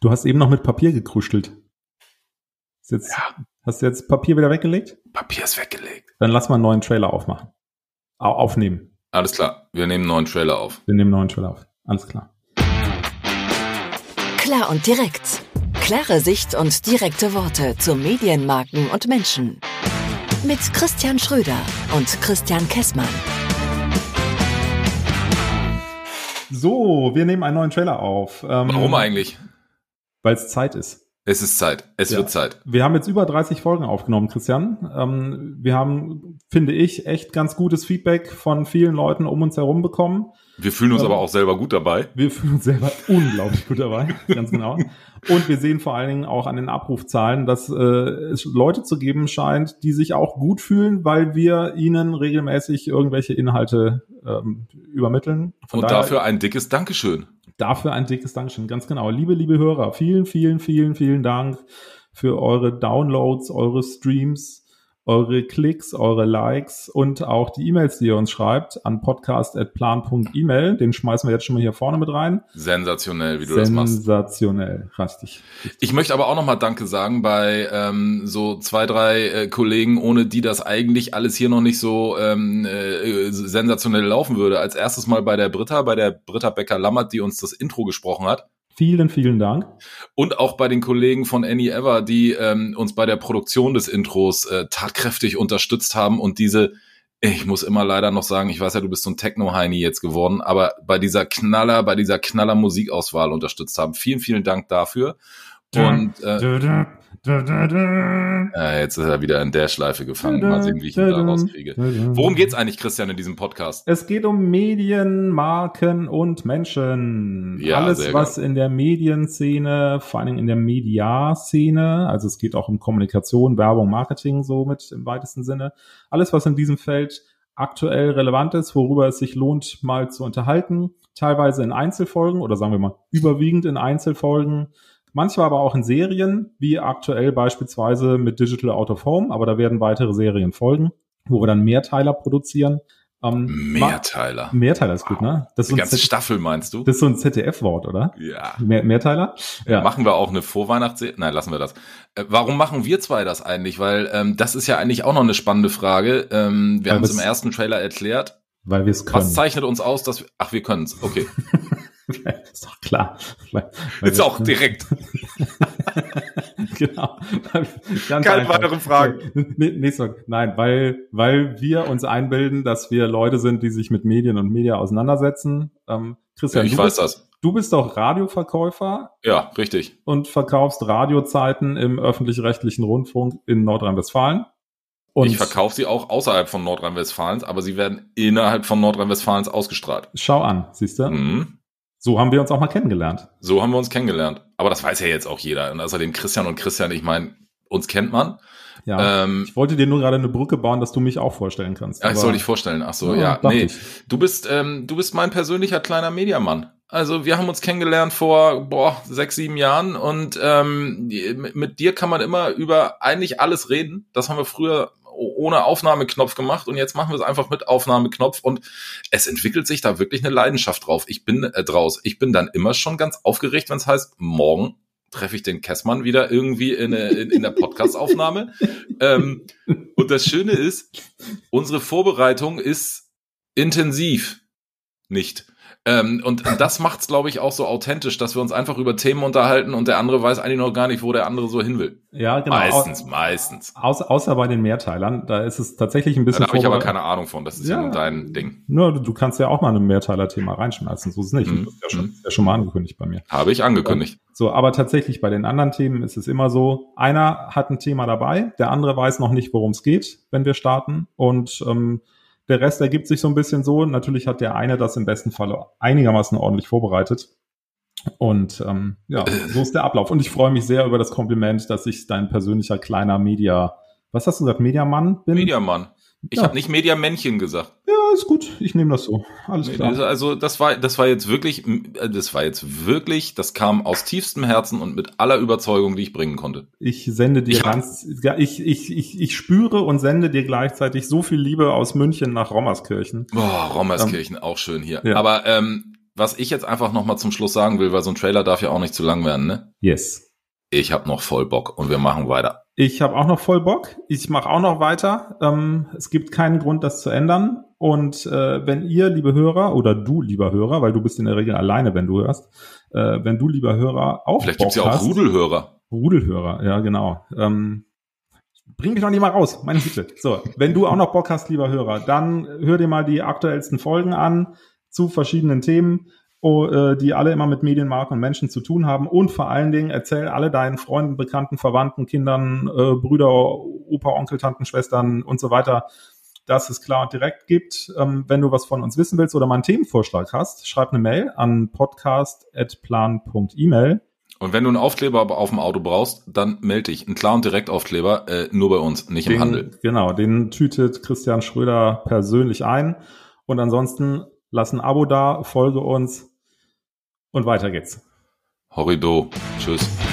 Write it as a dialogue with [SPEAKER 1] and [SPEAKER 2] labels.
[SPEAKER 1] Du hast eben noch mit Papier gekruschelt. Ist jetzt,
[SPEAKER 2] Ja.
[SPEAKER 1] Hast du jetzt Papier wieder weggelegt?
[SPEAKER 2] Papier ist weggelegt.
[SPEAKER 1] Dann lass mal einen neuen Trailer aufmachen. Au aufnehmen.
[SPEAKER 2] Alles klar, wir nehmen einen neuen Trailer auf.
[SPEAKER 1] Wir nehmen einen neuen Trailer auf. Alles klar.
[SPEAKER 3] Klar und direkt. Klare Sicht und direkte Worte zu Medienmarken und Menschen. Mit Christian Schröder und Christian Kessmann.
[SPEAKER 1] So, wir nehmen einen neuen Trailer auf. Ähm,
[SPEAKER 2] Warum eigentlich?
[SPEAKER 1] Weil es Zeit ist.
[SPEAKER 2] Es ist Zeit. Es
[SPEAKER 1] Ja.
[SPEAKER 2] wird Zeit.
[SPEAKER 1] Wir haben jetzt über 30 Folgen aufgenommen, Christian. Ähm, wir haben, finde ich, echt ganz gutes Feedback von vielen Leuten um uns herum bekommen.
[SPEAKER 2] Wir fühlen uns
[SPEAKER 1] Ähm,
[SPEAKER 2] aber auch selber gut dabei.
[SPEAKER 1] Wir fühlen uns selber unglaublich gut dabei, ganz genau. Und wir sehen vor allen Dingen auch an den Abrufzahlen, dass äh, es Leute zu geben scheint, die sich auch gut fühlen, weil wir ihnen regelmäßig irgendwelche Inhalte ähm, übermitteln. Von
[SPEAKER 2] Und
[SPEAKER 1] daher-
[SPEAKER 2] dafür ein dickes Dankeschön.
[SPEAKER 1] dafür ein dickes Dankeschön, ganz genau. Liebe, liebe Hörer, vielen, vielen, vielen, vielen Dank für eure Downloads, eure Streams, eure Klicks, eure Likes und auch die E-Mails, die ihr uns schreibt an podcast.plan.email. Den schmeißen wir jetzt schon mal hier vorne mit rein.
[SPEAKER 2] Sensationell, wie du das machst.
[SPEAKER 1] Sensationell, richtig.
[SPEAKER 2] Ich möchte aber auch nochmal Danke sagen bei ähm, so zwei, drei äh, Kollegen, ohne die das eigentlich alles hier noch nicht so ähm, äh, sensationell laufen würde. Als erstes mal bei der Britta, bei der Britta Becker-Lammert, die uns das Intro gesprochen hat.
[SPEAKER 1] Vielen, vielen Dank.
[SPEAKER 2] Und auch bei den Kollegen von Any Ever, die ähm, uns bei der Produktion des Intros äh, tatkräftig unterstützt haben und diese, ich muss immer leider noch sagen, ich weiß ja, du bist so ein Techno-Heini jetzt geworden, aber bei dieser Knaller, bei dieser Knaller-Musikauswahl unterstützt haben. Vielen, vielen Dank dafür. Und äh, Äh, jetzt ist er wieder in der Schleife gefangen. Mal sehen, wie ich ihn da rauskriege. Worum geht's eigentlich, Christian, in diesem Podcast?
[SPEAKER 1] Äh, Es geht um Medien, Marken und Menschen.
[SPEAKER 2] Ja,
[SPEAKER 1] Alles,
[SPEAKER 2] sehr genau.
[SPEAKER 1] was in der Medienszene, vor allen Dingen in der Mediaszene, also es geht auch um Kommunikation, Werbung, Marketing so mit im weitesten Sinne. Alles, was in diesem Feld aktuell relevant ist, worüber es sich lohnt, mal zu unterhalten. Teilweise in Einzelfolgen oder sagen wir mal überwiegend in Einzelfolgen. Manchmal aber auch in Serien, wie aktuell beispielsweise mit Digital Out of Home, aber da werden weitere Serien folgen, wo wir dann Mehrteiler produzieren. Ähm, ma-
[SPEAKER 2] Mehrteiler.
[SPEAKER 1] Mehrteiler ist gut, ne? Das ist,
[SPEAKER 2] Die
[SPEAKER 1] so ein
[SPEAKER 2] ganze
[SPEAKER 1] Z-
[SPEAKER 2] Staffel, meinst du?
[SPEAKER 1] das ist so ein ZDF-Wort, oder?
[SPEAKER 2] Ja.
[SPEAKER 1] Mehr, Mehrteiler?
[SPEAKER 2] Machen wir auch eine Vorweihnachtsserie? Nein, lassen wir das. Äh, warum machen wir zwei das eigentlich? Weil ähm, das ist ja eigentlich auch noch eine spannende Frage. Ähm, wir
[SPEAKER 1] Weil
[SPEAKER 2] haben es im
[SPEAKER 1] wir's-
[SPEAKER 2] ersten Trailer erklärt.
[SPEAKER 1] Weil wir es können.
[SPEAKER 2] Was zeichnet uns aus, dass wir. Ach, wir können's. Okay.
[SPEAKER 1] ist doch klar. Weil, weil
[SPEAKER 2] Jetzt
[SPEAKER 1] wir-
[SPEAKER 2] auch direkt.
[SPEAKER 1] genau. Ganz
[SPEAKER 2] Keine
[SPEAKER 1] einfach.
[SPEAKER 2] weiteren Fragen.
[SPEAKER 1] Nee, nächstes Mal. Nein, weil, weil wir uns einbilden, dass wir Leute sind, die sich mit Medien und Media auseinandersetzen. Ähm, Christian,
[SPEAKER 2] ich
[SPEAKER 1] du,
[SPEAKER 2] weiß
[SPEAKER 1] bist,
[SPEAKER 2] das.
[SPEAKER 1] du bist doch Radioverkäufer
[SPEAKER 2] Ja, richtig.
[SPEAKER 1] und verkaufst Radiozeiten im öffentlich-rechtlichen Rundfunk in Nordrhein-Westfalen. Und
[SPEAKER 2] ich verkaufe sie auch außerhalb von Nordrhein-Westfalens, aber sie werden innerhalb von Nordrhein-Westfalens ausgestrahlt.
[SPEAKER 1] schau an, siehst du?
[SPEAKER 2] Mhm.
[SPEAKER 1] So haben wir uns auch mal kennengelernt.
[SPEAKER 2] So haben wir uns kennengelernt. Aber das weiß ja jetzt auch jeder. Und außerdem Christian und Christian, ich meine, uns kennt man.
[SPEAKER 1] Ja.
[SPEAKER 2] ähm,
[SPEAKER 1] ich wollte dir nur gerade eine Brücke bauen, dass du mich auch vorstellen kannst.
[SPEAKER 2] ach, ich
[SPEAKER 1] aber- Ah,
[SPEAKER 2] soll dich vorstellen. Ach so, ja.
[SPEAKER 1] dachte
[SPEAKER 2] nee.
[SPEAKER 1] ich.
[SPEAKER 2] Du bist, ähm, du bist mein persönlicher kleiner Mediamann. Also wir haben uns kennengelernt vor boah, sechs, sieben Jahren und ähm, die- mit mit dir kann man immer über eigentlich alles reden. Das haben wir früher o- ohne Aufnahmeknopf gemacht und jetzt machen wir es einfach mit Aufnahmeknopf und es entwickelt sich da wirklich eine Leidenschaft drauf. Ich bin äh, draus. Ich bin dann immer schon ganz aufgeregt, wenn es heißt, morgen treffe ich den Kessmann wieder irgendwie in, äh, in, in der Podcast-Aufnahme. ähm, und das Schöne ist, unsere Vorbereitung ist intensiv nicht. Ähm, und das macht's, glaube ich, auch so authentisch, dass wir uns einfach über Themen unterhalten und der andere weiß eigentlich noch gar nicht, wo der andere so hin will.
[SPEAKER 1] Ja, genau.
[SPEAKER 2] Meistens, meistens.
[SPEAKER 1] Aus, außer bei den Mehrteilern, da ist es tatsächlich ein bisschen.
[SPEAKER 2] Da habe ich aber
[SPEAKER 1] vorbere-
[SPEAKER 2] keine Ahnung von. Das ist ja,
[SPEAKER 1] Ja.
[SPEAKER 2] nur dein Ding.
[SPEAKER 1] Nur, du kannst ja auch mal ein Mehrteiler-Thema reinschmeißen, so ist es nicht.
[SPEAKER 2] Mhm.
[SPEAKER 1] Das ist ja, schon, ist ja schon mal angekündigt bei mir.
[SPEAKER 2] Habe ich angekündigt.
[SPEAKER 1] So, aber tatsächlich bei den anderen Themen ist es immer so, einer hat ein Thema dabei, der andere weiß noch nicht, worum es geht, wenn wir starten. Und ähm, der Rest ergibt sich so ein bisschen so. Natürlich hat der eine das im besten Falle einigermaßen ordentlich vorbereitet. Und ähm, ja, so ist der Ablauf. Und ich freue mich sehr über das Kompliment, dass ich dein persönlicher kleiner Media, was hast du gesagt, Mediamann bin?
[SPEAKER 2] Mediamann. Ich
[SPEAKER 1] Ja.
[SPEAKER 2] habe nicht Mediamännchen gesagt.
[SPEAKER 1] Ja, ist gut. Ich nehme das so. Alles klar.
[SPEAKER 2] Also das war, das war jetzt wirklich, äh, das war jetzt wirklich, das kam aus tiefstem Herzen und mit aller Überzeugung, die ich bringen konnte.
[SPEAKER 1] Ich sende dir
[SPEAKER 2] Ich hab-
[SPEAKER 1] ganz, ja, ich, ich, ich, ich spüre und sende dir gleichzeitig so viel Liebe aus München nach Rommerskirchen.
[SPEAKER 2] Boah, Rommerskirchen, auch schön hier.
[SPEAKER 1] Ja.
[SPEAKER 2] Aber ähm, was ich jetzt einfach nochmal zum Schluss sagen will, weil so ein Trailer darf ja auch nicht zu lang werden, ne?
[SPEAKER 1] Yes.
[SPEAKER 2] Ich habe noch voll Bock und wir machen weiter.
[SPEAKER 1] Ich habe auch noch voll Bock. Ich mache auch noch weiter. Ähm, es gibt keinen Grund, das zu ändern. Und äh, wenn ihr, liebe Hörer, oder du, lieber Hörer, weil du bist in der Regel alleine, wenn du hörst, äh, wenn du, lieber Hörer, auch
[SPEAKER 2] Vielleicht
[SPEAKER 1] Bock
[SPEAKER 2] gibt's ja auch
[SPEAKER 1] hast-
[SPEAKER 2] Rudelhörer.
[SPEAKER 1] Rudelhörer, ja, genau. Ähm, bring mich noch nicht mal raus, meine Güte. So, wenn du auch noch Bock hast, lieber Hörer, dann hör dir mal die aktuellsten Folgen an zu verschiedenen Themen, oh, äh, die alle immer mit Medienmarken und Menschen zu tun haben. Und vor allen Dingen erzähl alle deinen Freunden, Bekannten, Verwandten, Kindern, äh, Brüder, Opa, Onkel, Tanten, Schwestern und so weiter, dass es klar und direkt gibt. Ähm, wenn du was von uns wissen willst oder mal einen Themenvorschlag hast, schreib eine Mail an podcast.plan.email.
[SPEAKER 2] Und wenn du einen Aufkleber auf dem Auto brauchst, dann melde dich. Ein klar und direkt Aufkleber, äh, nur bei uns, nicht im
[SPEAKER 1] Den-
[SPEAKER 2] Handel.
[SPEAKER 1] Genau, den tütet Christian Schröder persönlich ein. Und ansonsten lass ein Abo da, folge uns und weiter geht's.
[SPEAKER 2] Horrido. Tschüss.